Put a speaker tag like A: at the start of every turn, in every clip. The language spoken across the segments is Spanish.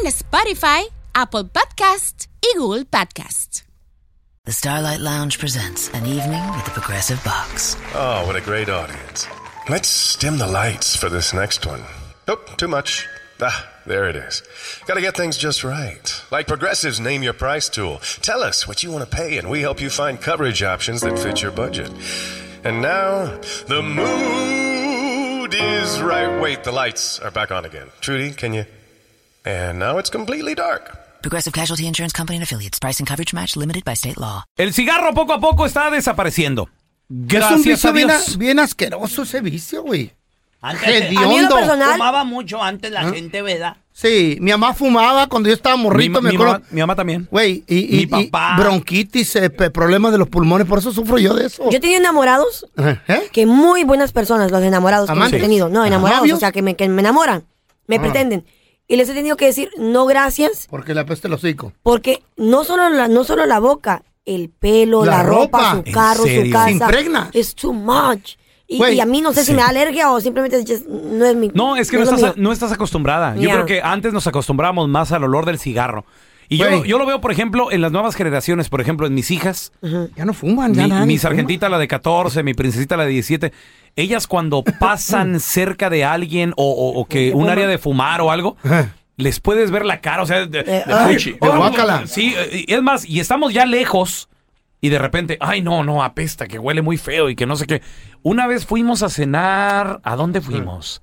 A: en Spotify, Apple Podcast y Google Podcast.
B: The Starlight Lounge presents an evening with the Progressive Box.
C: Oh, what a great audience. Let's dim the lights for this next one. Nope, too much. Ah, there it is. Gotta get things just right. Like Progressive's Name Your Price tool. Tell us what you want to pay, and we help you find coverage options that fit your budget. And now, the mood is right. Wait, the lights are back on again. Trudy, can you? And now it's completely dark.
B: Progressive Casualty Insurance Company and affiliates. Price and coverage match limited by state law.
D: El cigarro poco a poco está desapareciendo.
E: es un
D: Gracias
E: vicio
D: a
E: bien,
D: Dios.
E: a- bien asqueroso ese vicio, güey.
F: Antes,
E: Hediondo.
F: a mí en lo personal, ¿Ah?
G: Fumaba mucho antes la gente, ¿verdad?
E: Sí, mi mamá fumaba cuando yo estaba
D: Mi,
E: morrito, me
D: mi
E: acuerdo.
D: mamá, mi mamá también.
E: Güey, y,
D: Mi
E: y- y
D: papá.
E: bronquitis, eh, pe- problemas de los pulmones, por eso sufro yo de eso.
F: yo tenía enamorados
E: ¿Eh?
F: que muy buenas personas, los enamorados que
E: Amantes.
F: los he tenido. No, enamorados,
E: Novios.
F: o sea, que me, que me enamoran, me pretenden. Y les he tenido que decir no gracias,
E: Porque la peste el hocico.
F: porque no solo la, no solo la boca, el pelo, la,
E: La
F: ropa,
E: ropa.
F: su
D: ¿En
F: carro, su
D: serio?
F: casa.
E: Se impregna.
F: Es too much. Y,
E: Güey,
F: y a mí no sé si
D: sí.
F: me da alergia o simplemente just no es mi.
D: No, es que no
F: es lo
D: estás,
F: mío.
D: no estás acostumbrada. Yo
F: Ya.
D: creo que antes nos acostumbramos más al olor del cigarro. Y yo,
E: Güey.
D: yo lo veo, por ejemplo, en las nuevas generaciones, por ejemplo, en mis hijas.
E: Ya no fuman, ya
D: Mi,
E: nada,
D: mi
E: ni fuman.
D: sargentita, la de 14, mi princesita, la de 17. Ellas cuando pasan cerca de alguien o, o- o que un área de fumar o algo,
E: Ajá.
D: les puedes ver la cara, o sea, de, de-
F: Eh, ay,
D: de-
E: de guácala.
D: Sí, eh, y es más, y estamos ya lejos y de repente, ay, no, no, apesta, que huele muy feo y que no sé qué. Una vez fuimos a cenar, ¿a dónde fuimos?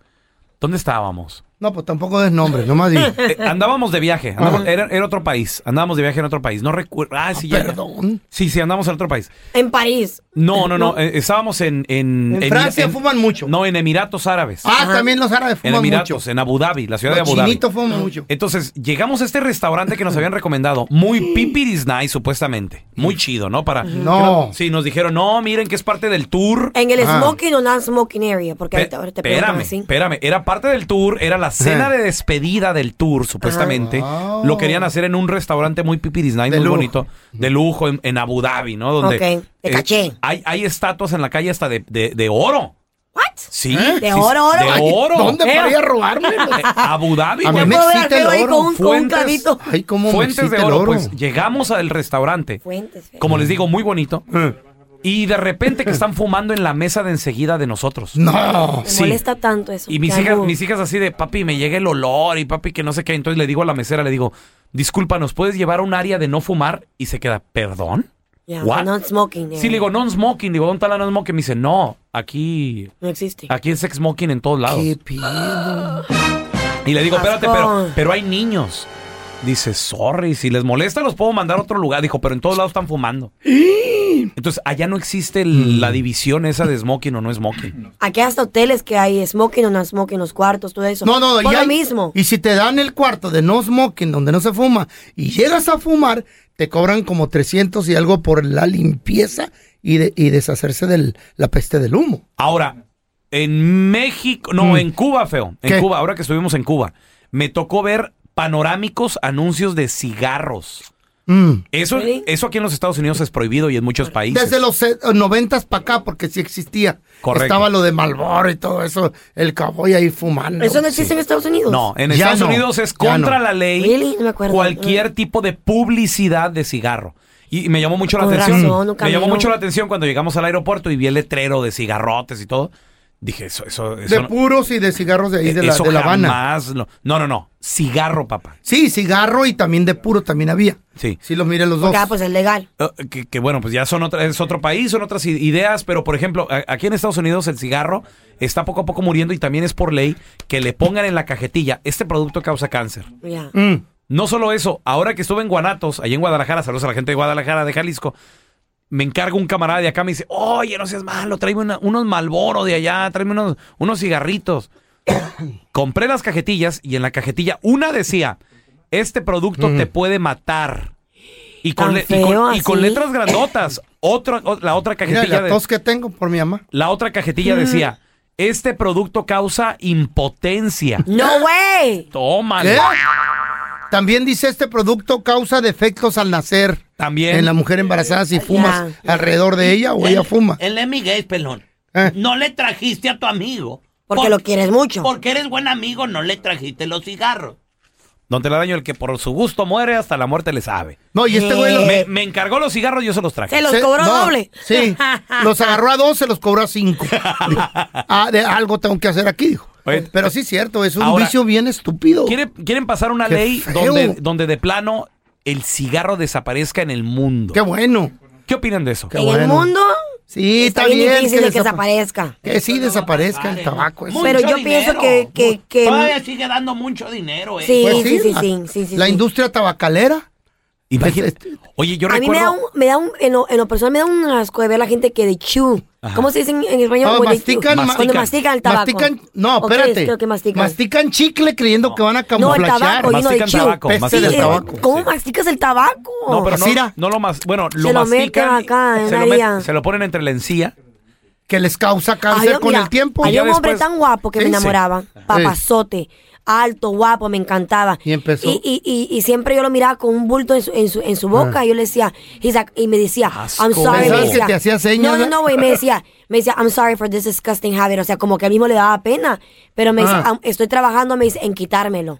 D: ¿Dónde estábamos?
E: No, pues tampoco des nombres, nomás digo.
D: Eh, andábamos de viaje, andábamos-
E: Ajá.
D: era, era otro país, andábamos de viaje en otro país, no recuerdo. Ah, sí, ya-
E: Perdón.
D: Sí, sí, andamos en otro país.
F: En París.
D: No, no, no. eh, Estábamos en. En,
E: En Francia fuman mucho.
D: No, en Emiratos Árabes.
E: Ah, también los árabes
D: en
E: fuman
D: Emiratos,
E: mucho.
D: en Abu Dhabi, la ciudad
E: Los
D: de Abu Dhabi.
E: chinitos fuman mucho.
D: Entonces, llegamos a este restaurante que nos habían recomendado. Muy pipiris nice, supuestamente. Muy chido, ¿no? Para.
E: No.
D: Sí, nos dijeron, no, miren que es parte del tour.
F: En el
E: Ah.
F: smoking o non-smoking area, porque
D: Pe-
F: ahorita- ahora te preguntan
D: Espérame,
F: así.
D: espérame. Era parte del tour, era la cena
E: Ajá.
D: de despedida del tour, supuestamente.
E: Ah.
D: Lo querían hacer en un restaurante muy pipiris nice,
E: De
D: muy
E: lujo.
D: bonito, de lujo, en, en Abu Dhabi, ¿no? Donde,
F: Ok, te caché.
D: Hay, hay estatuas en la calle hasta de, de- de oro.
F: What?
D: Sí.
E: ¿Eh?
F: ¿De
D: sí,
F: oro, oro?
D: De oro.
E: ¿Dónde
D: Eh,
E: podría robarme?
D: eh, Abu Dhabi,
E: A mí
D: güey.
E: me
F: Puedo ver
E: excita
F: al
E: el
F: feo ahí
E: oro.
F: con un, con un
D: Fuentes.
F: cadito.
E: Ay, cómo me
D: Fuentes
E: excita
D: de
E: el
D: oro,
E: oro.
D: pues llegamos al restaurante.
F: Fuentes, eh. feo.
D: Como les digo, muy bonito.
E: Eh.
D: Y de repente que están fumando en la mesa de enseguida de nosotros.
E: No.
F: Me
D: sí.
F: molesta tanto eso.
D: Y mis
F: que
D: hijas,
F: algo-
D: mis hijas así de, papi, me llega el olor y papi que no sé qué. Entonces le digo a la mesera, le digo, disculpa, ¿nos puedes llevar a un área de no fumar? Y se queda, ¿perdón?
F: Ya,
D: What?
F: non-smoking.
D: Sí, le digo, non-smoking. Digo, ¿dónde está la non-smoking? Me dice, no, aquí,
F: No existe.
D: aquí es smoking en todos lados.
E: Qué pido.
D: Y le digo, espérate,
F: Asco.
D: pero, pero hay niños. Dice, sorry, si les molesta los puedo mandar a otro lugar. Dijo, pero en todos lados están fumando. Entonces, allá no existe
E: Mm.
D: el- la división esa de smoking o no smoking.
F: Aquí hasta hoteles que hay smoking o no smoking, los cuartos, todo eso.
E: No, no,
F: Por
E: y
F: lo
E: hay-
F: mismo.
E: Y si te dan el cuarto de no smoking, donde no se fuma, y llegas a fumar, te cobran como 300 y algo por la limpieza y, de- y deshacerse de la peste del humo.
D: Ahora, en México, no,
E: Mm.
D: en Cuba, feo. En
E: ¿Qué?
D: Cuba, ahora que estuvimos en Cuba, me tocó ver panorámicos anuncios de cigarros.
E: Mm.
D: Eso,
F: ¿Sí?
D: eso aquí en los Estados Unidos es prohibido y en muchos países.
E: Desde los se- 90s para acá, porque sí existía.
D: Correcto.
E: Estaba lo de Malboro y todo eso, el cowboy ahí fumando.
F: Eso no existe en Estados Unidos.
D: No, en
E: Ya
D: Estados
E: no,
D: Unidos es
E: ya
D: contra
E: no.
D: la ley
F: Really? No me acuerdo. Mm.
D: cualquier tipo de publicidad de cigarro. Y y me llamó mucho la
F: Con
D: atención.
F: razón, nunca
D: me llamó
F: miró.
D: mucho la atención cuando llegamos al aeropuerto y vi el letrero de cigarrotes y todo. Dije, eso, eso, eso
E: De
D: no- E,
E: puros y de cigarros de ahí, de la,
D: eso
E: de La Habana.
D: jamás lo- no, no, no. Cigarro, papá.
E: Sí, cigarro y también de puro también había.
D: Sí.
E: Sí, los miré los dos.
F: Porque, ah, pues es legal.
D: Eh, Que, que, bueno, pues ya son otra, es otro país, son otras i- ideas, pero por ejemplo, a- aquí en Estados Unidos el cigarro está poco a poco muriendo y también es por ley que le pongan en la cajetilla, este producto causa cáncer.
F: Ya.
E: Mm.
D: No solo eso, ahora que estuve en Guanatos, allá en Guadalajara, saludos a la gente de Guadalajara, de Jalisco, me encargo un camarada de acá, me dice, oye, no seas malo, tráeme una- unos Malboro de allá, tráeme unos, unos cigarritos. Compré las cajetillas y en la cajetilla una decía, este producto
E: Mm.
D: te puede matar. Y con,
F: Tan
D: le- y con-
F: feo
D: y con
F: así.
D: letras grandotas, otra, o- la otra
E: Mira,
D: cajetilla,
E: la
D: de-
E: tos que tengo por mi mamá.
D: la otra cajetilla
F: Mm.
D: decía, este producto causa impotencia.
F: No, güey.
D: Tómalo.
E: ¿Qué? También dice este producto causa defectos al nacer.
D: También.
E: En la mujer embarazada si fumas
F: Ya.
E: alrededor de ella o ella fuma.
G: Él es Miguel, pelón.
E: Eh.
G: No le trajiste a tu amigo.
F: Porque
G: Por-
F: lo quieres mucho.
G: Porque eres buen amigo, no le trajiste los cigarros.
D: Don Telaraño, el que por su gusto muere, hasta la muerte le sabe.
E: No, y este güey los-
D: Me, me encargó los cigarros, yo se los traje.
F: Se los
E: se-
F: cobró
E: no,
F: doble.
E: Sí. Los agarró a dos, se los cobró a cinco. Dijo, "Ah, de algo tengo que hacer aquí, dijo.
D: Oye,
E: Pero sí es cierto, es un
D: ahora,
E: vicio bien estúpido.
D: ¿Quieren, quieren pasar una
E: Qué
D: ley
E: feo.
D: donde, donde de plano el cigarro desaparezca en el mundo.
E: Qué
D: ¿Qué,
E: bueno.
D: opinan de eso?
E: Qué
F: en el
E: bueno.
F: mundo
E: Sí,
F: está bien, difícil de que
E: desapa-
F: desaparezca.
E: Que sí desaparezca el tabaco. ese.
F: Pero yo pienso que- que- que-
G: eh. Todavía sigue dando mucho dinero, ¿eh?
F: Sí,
E: Pues
F: sí, sí,
E: la-
F: sí, sí, sí,
E: La
F: sí.
E: industria tabacalera.
D: Imagínate-
E: Pues, este-
D: Oye, yo
F: A mí me da
D: recuerdo.
F: un, me da un en, lo, en lo personal me da un asco de ver la gente que de chew. ¿Cómo se dice en, en español?
E: Ah,
F: Cuando
E: mastican,
F: chew.
E: ma-
F: Cuando mastican el tabaco.
E: mastican- no,
F: ¿O qué es?
E: espérate.
F: Creo que mastican.
E: Mastican chicle creyendo que van
F: no,
E: a
F: el
E: camuflajear. Pues
F: tabaco, y uno de
D: Mastican
F: chew.
D: tabaco,
F: Sí,
D: mastican
F: eh,
E: tabaco,
F: ¿Cómo
D: sí.
F: masticas el tabaco?
D: No, pero no,
E: Masira.
D: no lo más. Bueno, lo
F: Se lo meten
D: mastican.
F: acá, en
D: se,
F: la
D: lo met-
F: área.
D: se lo ponen entre la encía.
E: que les causa
F: Había-
E: cáncer con
F: mira,
E: el tiempo.
D: hay
E: Eh,
F: Había
D: ya
F: un hombre
D: después-
F: tan guapo que
E: Sí,
F: me
E: sí.
F: enamoraba, papazote, alto, guapo, me encantaba.
E: Y empezó.
F: Y, y- y- y siempre yo lo miraba con un bulto en su, en su, en su
E: Ah.
F: boca y yo le decía, he's like- y me decía,
D: Asco.
F: I'm sorry, me
D: ¿Pensabas que
F: decía.
E: te hacía señas,
F: no, no, no, güey, me decía, me decía, I'm sorry for this disgusting habit, o sea, como que a mí mismo le daba pena, pero me decía,
E: Ah.
F: "Am- estoy trabajando, me dice, en quitármelo.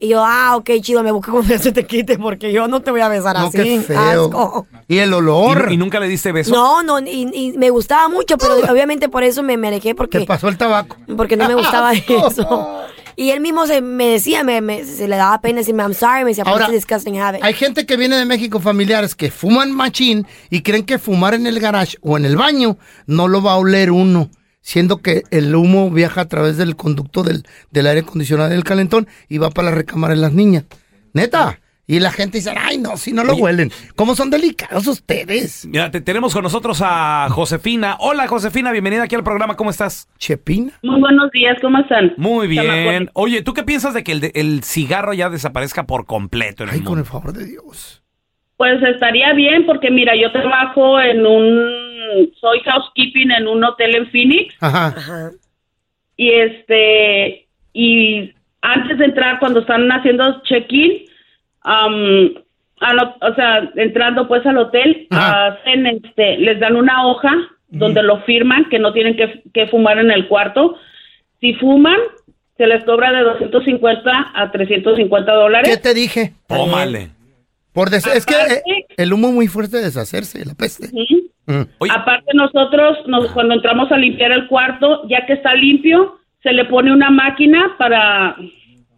F: Y yo, ah, ok, chido, me busca cuando ya se te quite porque yo no te voy a besar
E: No,
F: así.
E: qué feo.
F: Asco.
E: Y el
D: Y,
E: olor.
D: nu- y nunca le diste beso.
F: No, no, y, y me gustaba mucho, pero obviamente por eso me, me alejé porque
E: te pasó el tabaco.
F: porque no me gustaba
E: Asco.
F: eso. Y él mismo se, me decía, me, me- se le daba pena decirme, I'm sorry, me decía,
E: Ahora,
F: "It's a disgusting habit.
E: Hay gente que viene de México, familiares, que fuman machín y creen que fumar en el garage o en el baño no lo va a oler uno, siendo que el humo viaja a través del conducto del, del aire acondicionado y del calentón y va para la recámara de las niñas. Neta. Y la gente dice, ay, no, si no lo huelen. ¿Cómo son delicados ustedes?
D: Mira, te- tenemos con nosotros a Josefina. Hola, Josefina, bienvenida aquí al programa. ¿Cómo estás?
E: Chepina.
H: Muy buenos días, ¿cómo están?
D: Muy bien.
H: Chamacos.
D: Oye, ¿tú qué piensas de que el, de- el cigarro ya desaparezca por completo en el
E: Ay,
D: mundo?
E: con el favor de Dios.
H: Pues estaría bien porque mira, yo trabajo en un soy housekeeping en un hotel en Phoenix
E: Ajá.
F: Ajá.
H: y este y antes de entrar cuando están haciendo check-in am, a lo- o sea, entrando pues al hotel,
E: Ajá.
H: hacen, este, les dan una hoja donde lo firman que no tienen que, que fumar en el cuarto. Si fuman, se les cobra de 250 a 350 dólares.
E: ¿Qué te dije?
D: Tómale.
E: Por des- es que eh,
H: Aparte-
E: el humo es muy fuerte de deshacerse, la peste.
H: Ujú.
E: Mm.
D: Oye,
H: Aparte nosotros, nos- cuando entramos a limpiar el cuarto, ya que está limpio, se le pone una máquina para,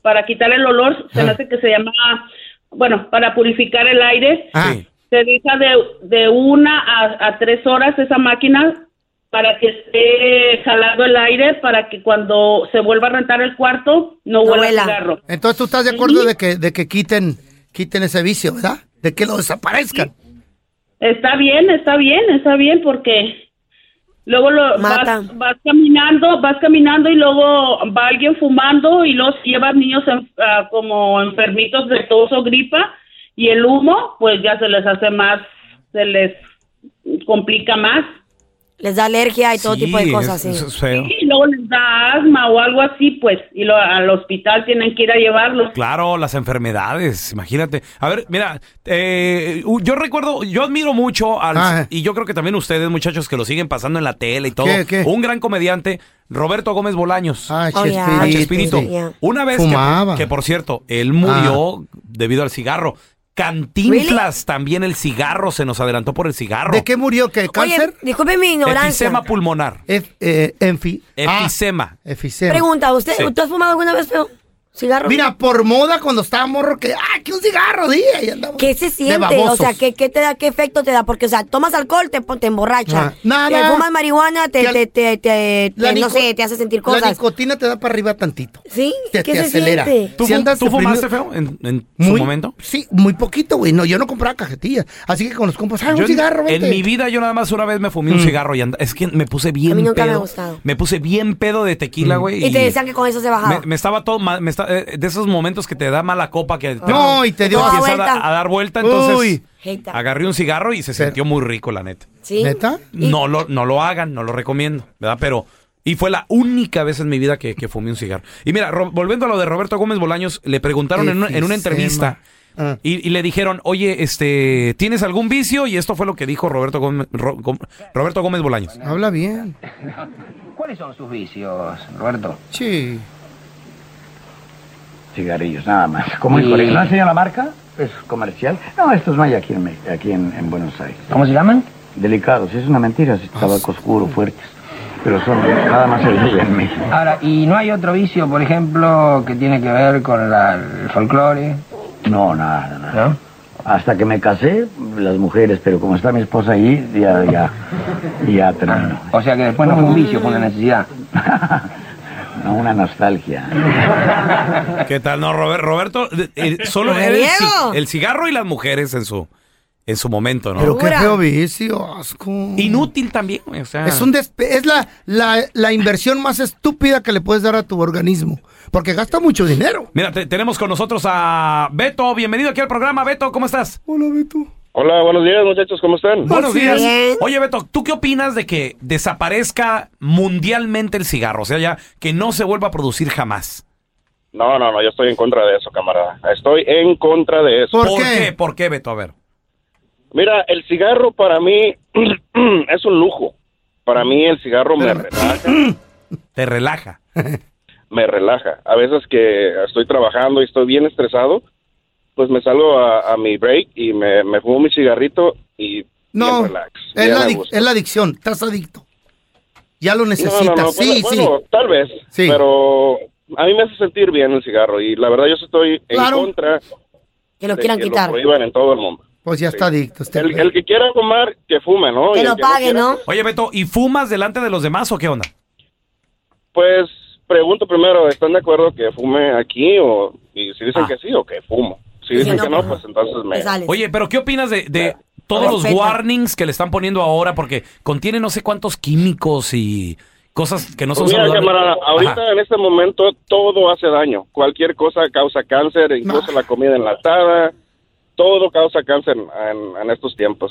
H: para quitar el olor, se
E: Ah.
H: me hace que se llama, bueno, para purificar el aire.
E: Ah,
D: Sí.
H: Se deja de, de una a, a tres horas esa máquina para que esté jalado el aire, para que cuando se vuelva a rentar el cuarto no, huela
F: huela.
H: a cigarro.
E: Entonces tú estás de acuerdo de que, de que quiten, quiten ese vicio, ¿verdad? De que lo desaparezcan.
H: Está bien, está bien, está bien, porque luego lo
F: Mata.
H: vas, vas caminando, vas caminando y luego va alguien fumando y los lleva niños en- ah, como enfermitos de tos o gripa y el humo, pues ya se les hace más, se les complica más
F: Les da alergia y todo
D: sí,
F: tipo de cosas, sí.
D: es- eso es feo.
H: y luego les da asma o algo así, pues, y lo, al hospital tienen que ir a llevarlos.
D: Claro, las enfermedades, imagínate. A ver, mira, eh, u- yo recuerdo, yo admiro mucho al,
E: Ah.
D: y yo creo que también ustedes, muchachos, que lo siguen pasando en la tele y todo.
E: ¿Qué, qué?
D: Un gran comediante, Roberto Gómez Bolaños.
E: Ah,
F: Oh, ya.
D: Ah,
E: Chespirito.
D: Chespirito.
F: sí.
D: Una vez que,
E: Fumaba. Ah.
D: que, por cierto, él murió debido al cigarro. Cantinflas también el cigarro, se nos adelantó por el cigarro.
E: ¿De qué murió? ¿Qué?
F: Oye,
E: ¿Cáncer?
F: disculpe mi ignorancia.
D: Enfisema pulmonar.
E: Ef- eh, enfi- ah,
D: Enfisema.
E: efisema.
F: Pregunta, ¿usted,
D: Sí.
F: ¿tú has fumado alguna vez, feo? ¿Cigarro?
E: Mira, por moda cuando estaba morro que, ah, que un cigarro, dije, ahí andamos.
F: ¿Qué se
E: de
F: siente? O
E: babosos.
F: sea, ¿qué, qué te da, ¿qué efecto te da? Porque, o sea, tomas alcohol, te, pon- te emborracha.
E: Ah, nada.
F: Te fumas marihuana, te,
E: Que al-
F: te, te, te-
E: La
F: te- no
E: nico-
F: sé, te hace sentir
E: La
F: cosas.
E: nicotina te da para arriba tantito.
F: ¿Sí?
E: Te,
F: ¿Qué
E: te
F: se
E: acelera.
F: siente?
D: ¿Tú,
E: Si
D: fu-
E: andas
D: tú
E: deprimido-
D: fumaste feo en, en su momento?
E: Sí, muy poquito, güey. No, yo no compraba cajetillas. Así que con los compas, ah,
D: Yo
E: un
D: en-
E: cigarro,
D: en,
E: vente.
D: mi vida yo nada más una vez me fumé un cigarro y anda- es que me puse bien
F: Mm. A mí nunca me
D: pedo.
F: ha gustado. Mm.
D: Me puse bien pedo de tequila, güey.
F: Y te decían que con eso se bajaba.
D: me, me estaba todo ma- me esta- eh, de esos momentos que te da mala copa que te-
E: No, y te dio-
D: empieza
F: Toda
D: a, da-
F: vuelta.
D: a dar vuelta, entonces
E: Uy.
F: Jeta.
D: agarré un cigarro y se
E: Pero-
D: sintió muy rico, la neta.
F: ¿Sí?
E: ¿Neta?
D: No lo, no lo hagan, no lo recomiendo, ¿verdad? Pero, y fue la única vez en mi vida que, que fumé un cigarro. Y mira, Ro- volviendo a lo de Roberto Gómez Bolaños, le preguntaron en una, en una entrevista
E: Ah.
D: y, y le dijeron, oye, este, ¿tienes algún vicio? Y esto fue lo que dijo Roberto Gómez, Ro- Gó- Roberto Gómez Bolaños.
E: Habla bien.
I: ¿Cuáles son sus vicios, Roberto?
E: Sí.
I: Cigarrillos, nada más. ¿Cómo es comercial? ¿No enseñan la marca? ¿Es comercial? No, estos no hay aquí en, Me- aquí en, en Buenos Aires. ¿Cómo se llaman? Ah, Delicados, es una mentira, es tabaco oscuro, fuertes. Pero son nada más el en México. Ahora, ¿y no hay otro vicio, por ejemplo, que tiene que ver con el folclore? No, nada, nada. Hasta que me casé, las mujeres, pero como está mi esposa ahí, ya, ya, ya termino. o sea que después no fue un vicio, pues, fue una necesidad. no, una nostalgia.
D: ¿Qué tal? No, Robert- Roberto, de- eh, solo
F: ¡Me
D: era el, ci-
F: niego!
D: el cigarro y las mujeres en su, en su momento, ¿no?
E: Pero qué
F: Ahora.
E: feo vicio, asco.
D: Inútil también, güey, o sea.
E: Es, un despe- es la, la, la inversión más estúpida que le puedes dar a tu organismo. Porque gasta mucho dinero.
D: Mira, te- tenemos con nosotros a Beto. Bienvenido aquí al programa. Beto, ¿cómo estás?
E: Hola, Beto.
J: Hola, buenos días muchachos, ¿cómo están?
D: Buenos
E: Así
D: días.
F: es.
D: Oye, Beto, ¿tú qué opinas de que desaparezca mundialmente el cigarro? O sea, ya que no se vuelva a producir jamás.
J: No, no, no, yo estoy en contra de eso, camarada. Estoy en contra de eso.
E: ¿Por qué?
D: ¿Por qué, Beto? A ver.
J: Mira, el cigarro para mí es un lujo. Para mí el cigarro me relaja,
D: Te relaja.
J: me relaja. A veces que estoy trabajando y estoy bien estresado, pues me salgo a, a mi break y me, me fumo mi cigarrito y
E: No,
J: bien relax.
E: es
J: bien
E: la,
J: a
E: adic-
J: gusto.
E: es la adicción. Estás adicto. Ya lo
J: No, no,
E: necesitas.
J: no,
E: sí,
J: bueno, bueno,
E: sí.
J: tal vez,
E: Sí.
J: pero a mí me hace sentir bien el cigarro y la verdad yo estoy en
E: Claro.
J: contra
F: Que lo
J: de
F: quieran
J: que lo
F: quitar.
J: prohíban en todo el mundo.
E: Pues ya está adicto. este
J: El,
E: güey.
J: el que quiera fumar, que fume, ¿no? Y
F: Que
J: el
F: lo
J: que
F: pague,
J: quiera,
F: ¿no?
D: Oye, Beto, ¿y fumas delante de los demás o qué onda?
J: Pues pregunto primero, ¿están de acuerdo que fume aquí? o Y si dicen que sí, o que fumo. Si dicen
F: no,
J: que no, pues entonces
F: Te
J: me...
F: sales.
D: Oye, pero ¿qué opinas de, de todos los
F: Respeta.
D: warnings que le están poniendo ahora? Porque contiene no sé cuántos químicos y cosas que no son
J: Pues mira,
D: saludables.
J: camarada, ahorita
D: Ajá.
J: en este momento todo hace daño. Cualquier cosa causa cáncer, incluso la comida enlatada. Todo causa cáncer en, en estos tiempos.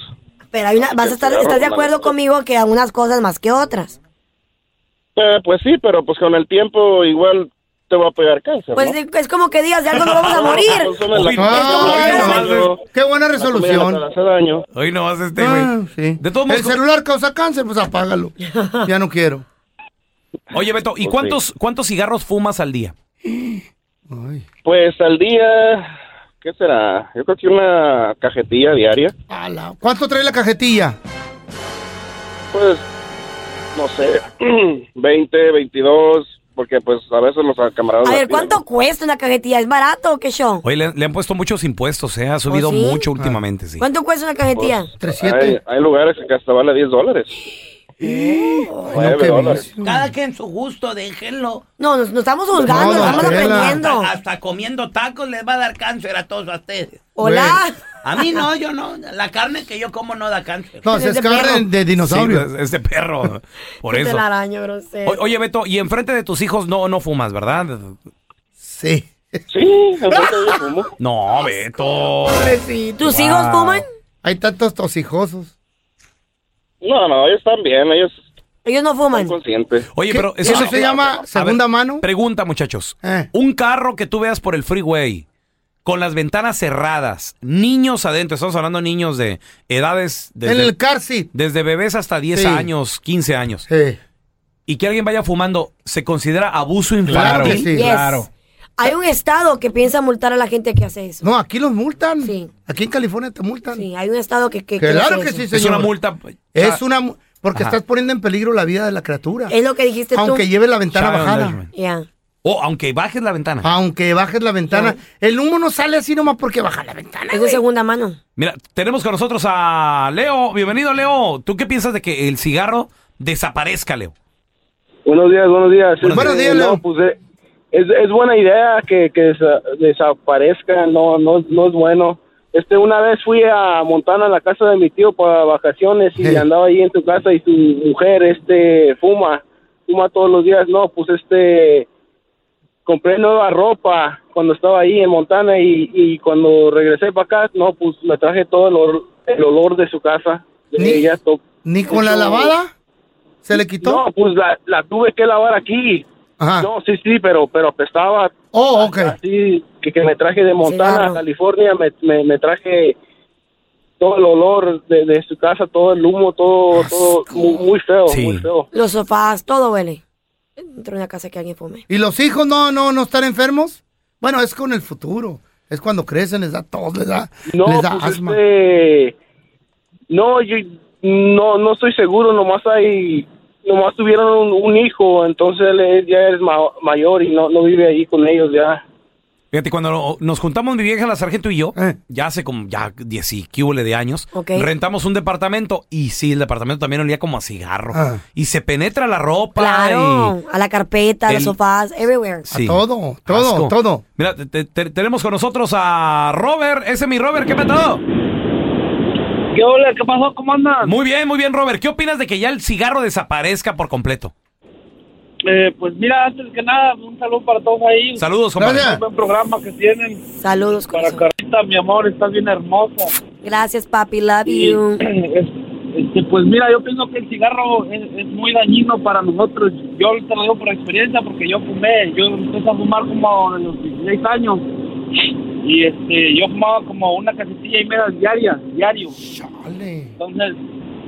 F: Pero hay una, vas a estar, ¿estás de acuerdo conmigo que algunas cosas más que otras?
J: Eh, pues sí, pero pues con el tiempo igual te va a pegar cáncer,
F: Pues
J: ¿no?
F: de- es como que digas, de algo no vamos a morir.
J: Consumen la
D: Uy,
J: comida
E: Ay,
D: no,
J: enlatada,
D: no,
E: no, qué buena
J: la comida enlatada
E: resolución.
J: hace daño.
D: Hoy no vas este, güey.
E: Ah, sí.
D: De todos modos,
E: el celular causa cáncer, pues apágalo. Ya no quiero.
D: Oye, Beto, ¿y
J: Pues
D: cuántos, cuántos cigarros fumas al día?
E: Ay.
J: Pues al día, ¿qué será? Yo creo que una cajetilla diaria.
E: Ala. ¿Cuánto trae la cajetilla?
J: Pues, no sé, 20, 22, porque pues a veces los camaradas...
F: A
J: la
F: ver,
J: tiran.
F: ¿cuánto cuesta una cajetilla? ¿Es barato o qué show?
D: Oye, le, le han puesto muchos impuestos, ¿eh? Ha subido
F: Oh, sí? Ah.
D: mucho últimamente, sí.
F: ¿Cuánto cuesta una cajetilla?
J: Hay,
E: 300.
J: hay lugares que hasta vale 10 dólares.
F: ¿Eh?
E: No,
J: nueve
E: qué
J: dólares.
E: vicio.
G: Cada quien su gusto, déjenlo.
F: No, nos, nos estamos juzgando,
E: No,
F: nos
E: don
F: estamos
E: Tela.
F: aprendiendo.
G: Hasta, hasta comiendo tacos les va a dar cáncer a todos ustedes.
F: Hola.
G: A mí no, yo no. La carne que yo como no da cáncer.
E: No, se
F: Es de
E: escarre
F: perro.
E: de dinosaurio.
D: Sí, es- es de perro. Por
F: Qué
D: eso.
F: telaraño, grosero.
D: O- oye, Beto, y enfrente de tus hijos no, no fumas, ¿verdad?
E: Sí.
J: Sí, entonces yo fumo.
D: No, Beto.
F: ¿Tus hijos fuman?
E: Hay tantos tosijosos.
J: No, no, ellos están bien, ellos
F: Ellos no fuman.
J: están conscientes.
D: Oye,
E: ¿Qué?
D: pero
E: eso
D: no-
E: se llama
D: A ver,
E: segunda mano.
D: Pregunta, muchachos.
E: Eh.
D: Un carro que tú veas por el freeway, con las ventanas cerradas, niños adentro, estamos hablando de niños de edades
E: en
D: desde,
E: el car seat.
D: desde bebés hasta 10
E: Sí.
D: años, 15 años,
E: Sí.
D: y que alguien vaya fumando, ¿se considera abuso infantil?
E: Claro que sí.
F: Yes.
E: Claro.
F: Hay un estado que piensa multar a la gente que hace eso.
E: No, aquí los multan. Aquí en California te multan.
F: Sí, hay un estado que... que
E: Claro
F: hace
E: que
F: eso.
E: sí, señor. Es una... mu- Porque
D: Ajá.
E: estás poniendo en peligro la vida de la criatura.
F: Es lo que dijiste tú.
E: Aunque lleve la ventana
D: Child
E: bajada.
D: endangerment. O aunque bajes la ventana.
E: Aunque bajes la ventana. El humo no sale así nomás porque baja la ventana.
F: Es de segunda mano.
D: Mira, tenemos con nosotros a Leo. Bienvenido, Leo. ¿Tú qué piensas de que el cigarro desaparezca, Leo?
K: Buenos días, buenos días.
D: Buenos
K: Este,
D: días,
K: no,
D: Leo.
K: pues, eh, es, es buena idea que, que desa- desaparezca, no, no, no es bueno. Este, una vez fui a Montana, a la casa de mi tío para vacaciones y andaba ahí en su casa y su mujer, este, fuma, fuma todos los días. No, pues este, compré nueva ropa cuando estaba ahí en Montana y, y cuando regresé para acá, no, pues me traje todo el, or- el olor de su casa. Eh, ya to-
E: ¿Ni con la lavada? ¿Se le quitó?
K: No, pues la, la tuve que lavar aquí. No, sí, sí, pero, pero apestaba.
E: Oh, ok.
K: Así que, que me traje de Montana
E: Cigarro.
K: a California, me, me, me traje todo el olor de, de su casa, todo el humo, todo, todo muy, muy feo, muy feo.
F: Los sofás, todo huele. Dentro de una casa que alguien fume.
E: ¿Y los hijos no, no, no están enfermos? Bueno, es con el futuro. Es cuando crecen, les da tos, les da,
K: No,
E: les da
K: pues,
E: asma.
K: este, no, yo no, no estoy seguro, nomás hay, nomás tuvieron un, un hijo, entonces él es- ya es ma- mayor y no, no vive ahí con ellos ya.
D: Fíjate, cuando nos juntamos mi vieja, la sargento y yo,
E: Eh.
D: ya hace como ya 10 y qué huele de años,
F: Ok.
D: rentamos un departamento y sí, el departamento también olía como a cigarro.
E: Ah.
D: Y se penetra la ropa.
F: Claro,
D: y-
F: a la carpeta, a los
D: El-
F: sofás, everywhere.
D: Sí.
E: todo, todo,
D: Asco.
E: todo.
D: Mira, te- te- te- tenemos con nosotros a Robert. Ese es mi Robert, ¿qué petado?
L: ¿Qué hola? ¿Qué pasó? ¿Cómo andan?
D: Muy bien, muy bien, Robert. ¿Qué opinas de que ya el cigarro desaparezca por completo?
L: Eh, pues mira, antes que nada, un saludo para todos ahí.
D: Saludos, compadre. Gracias.
L: Un buen programa que tienen.
F: Saludos,
L: Para Carlita, mi amor, estás bien hermosa.
F: Gracias, papi, love
L: Y,
F: you.
L: este, pues mira, yo pienso que el cigarro es, es muy dañino para nosotros. Yo te lo digo por experiencia porque yo fumé. Yo empecé a fumar como a los 16 años. Y este, yo fumaba como una casetilla y media diaria, diario. Entonces,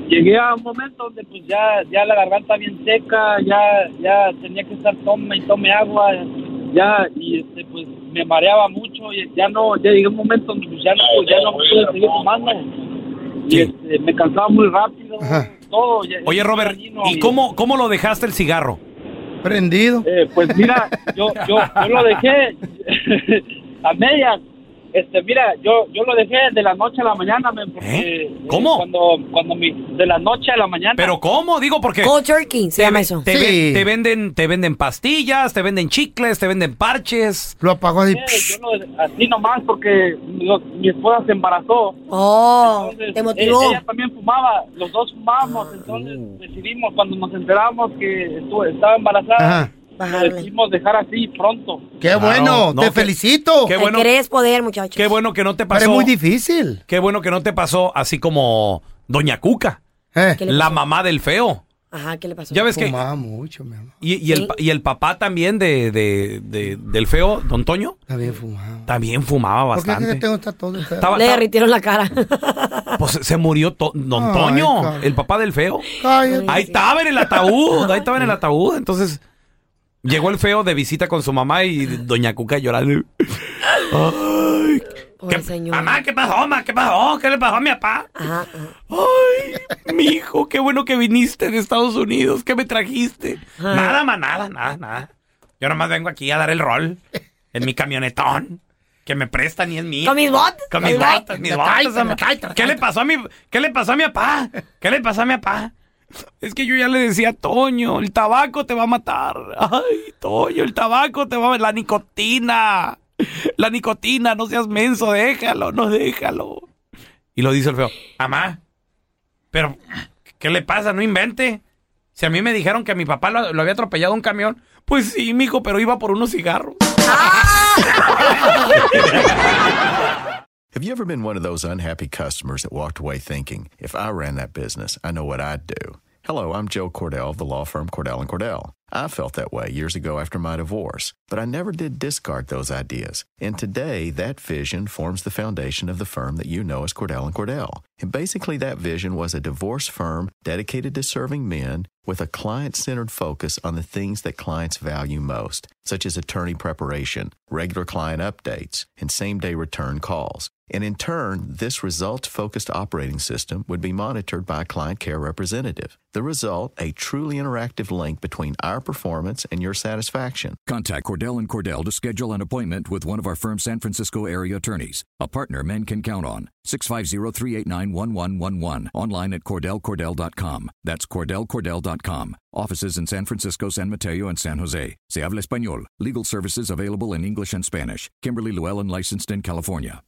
L: llegué a un momento donde pues ya, ya la garganta bien seca, ya, ya tenía que estar tome y tome agua, ya, y este, pues me mareaba mucho, y ya no, ya llegué a un momento donde pues ya no, ya no pude seguir fumando, y este, me cansaba muy rápido, todo. ya-
D: Oye, Robert, ¿y cómo, cómo lo dejaste el cigarro?
E: Prendido.
L: pues mira, yo, yo, yo lo dejé a medias. Este, mira, yo, yo lo dejé de la noche a la mañana, men, porque eh,
D: ¿Cómo?
L: cuando, cuando mi, de la noche a la mañana.
D: ¿Pero cómo? Digo, porque...
L: Cold turkey, se
D: te
L: llama
D: ve-
L: eso.
D: Te,
L: Sí.
D: ve- te venden, te venden pastillas, te venden chicles, te venden parches.
E: Lo apagó así.
L: Sí, Eh, yo ah. lo- así nomás porque lo- mi esposa se embarazó.
F: Oh, te motivó.
L: e- Ella, también fumaba, los dos fumábamos,
E: Ah,
L: entonces decidimos cuando nos enteramos que estuvo- estaba embarazada,
E: Ajá.
L: lo decidimos dejar así pronto.
E: Qué bueno, te felicito.
D: Qué bueno,
F: poder, muchachos.
D: qué bueno que no te
E: Pero
D: pasó.
E: es muy difícil.
D: Qué bueno que no te pasó así como Doña Cuca,
E: Eh.
F: ¿Qué le
D: la
F: pasó?
D: mamá del feo.
F: Ajá, ¿qué le pasó?
D: Ya ves que-
E: Fumaba Ah, mucho, mi amor.
D: Y, y el, pa- y el papá también de, de- de- del feo, Don Toño,
E: También fumaba.
D: también fumaba
E: ¿Por qué es que
D: bastante.
E: tengo esta tos?
D: Estaba-
F: Le
D: estaba-
F: derritieron la cara.
D: Pues se murió To- Don
E: Ay,
D: Toño,
E: cabrón.
D: el papá del feo.
E: Cállate.
D: Ahí estaba en el ataúd, ahí estaba en el ataúd. Entonces llegó el feo de visita con su mamá y doña Cuca llorando. Ay,
F: Pobre señor.
D: mamá, ¿qué pasó, mamá? ¿Qué pasó? ¿Qué le pasó a mi papá?
F: Ajá,
D: Ay, mi hijo, qué bueno que viniste de Estados Unidos, ¿qué me trajiste?
F: Ah.
D: Nada, ma, nada, nada, nada. Yo nomás vengo aquí a dar el rol en mi camionetón. Que me prestan y es mío.
F: ¿Con mis botas?
D: Con mis
F: Con mis
D: botas, mis
F: botas.
D: botas.
F: Traita,
D: ama. ¿Qué le pasó a mi, qué le pasó a mi papá? ¿Qué le pasó a mi papá? Es que yo ya le decía, Toño, el tabaco te va a matar. Ay, Toño, el tabaco te va a la nicotina. La nicotina, no seas menso, déjalo, no déjalo. Y lo dice el feo, mamá, pero ¿qué le pasa? No invente. Si a mí me dijeron que a mi papá lo, lo había atropellado un camión, pues sí, mijo, pero iba por unos cigarros.
M: Have you ever been one of those unhappy customers that walked away thinking, if I ran that business, I know what I'd do? Hello, I'm Joe Cordell of the law firm Cordell and Cordell. I felt that way years ago after my divorce. But I never did discard those ideas. And today, that vision forms the foundation of the firm that you know as Cordell and Cordell. And basically, that vision was a divorce firm dedicated to serving men with a client centered focus on the things that clients value most, such as attorney preparation, regular client updates, and same day return calls. And in turn, this results focused operating system would be monitored by a client care representative. The result, a truly interactive link between our performance and your satisfaction.
N: Contact Cordell and Cordell to schedule an appointment with one of our firm's San Francisco area attorneys, a partner men can count on. 650-389-1111. Online at cordellcordell.com. That's cordellcordell.com. Offices in San Francisco, San Mateo, and San Jose. Se habla español. Legal services available in English and Spanish. Kimberly Llewellyn licensed in California.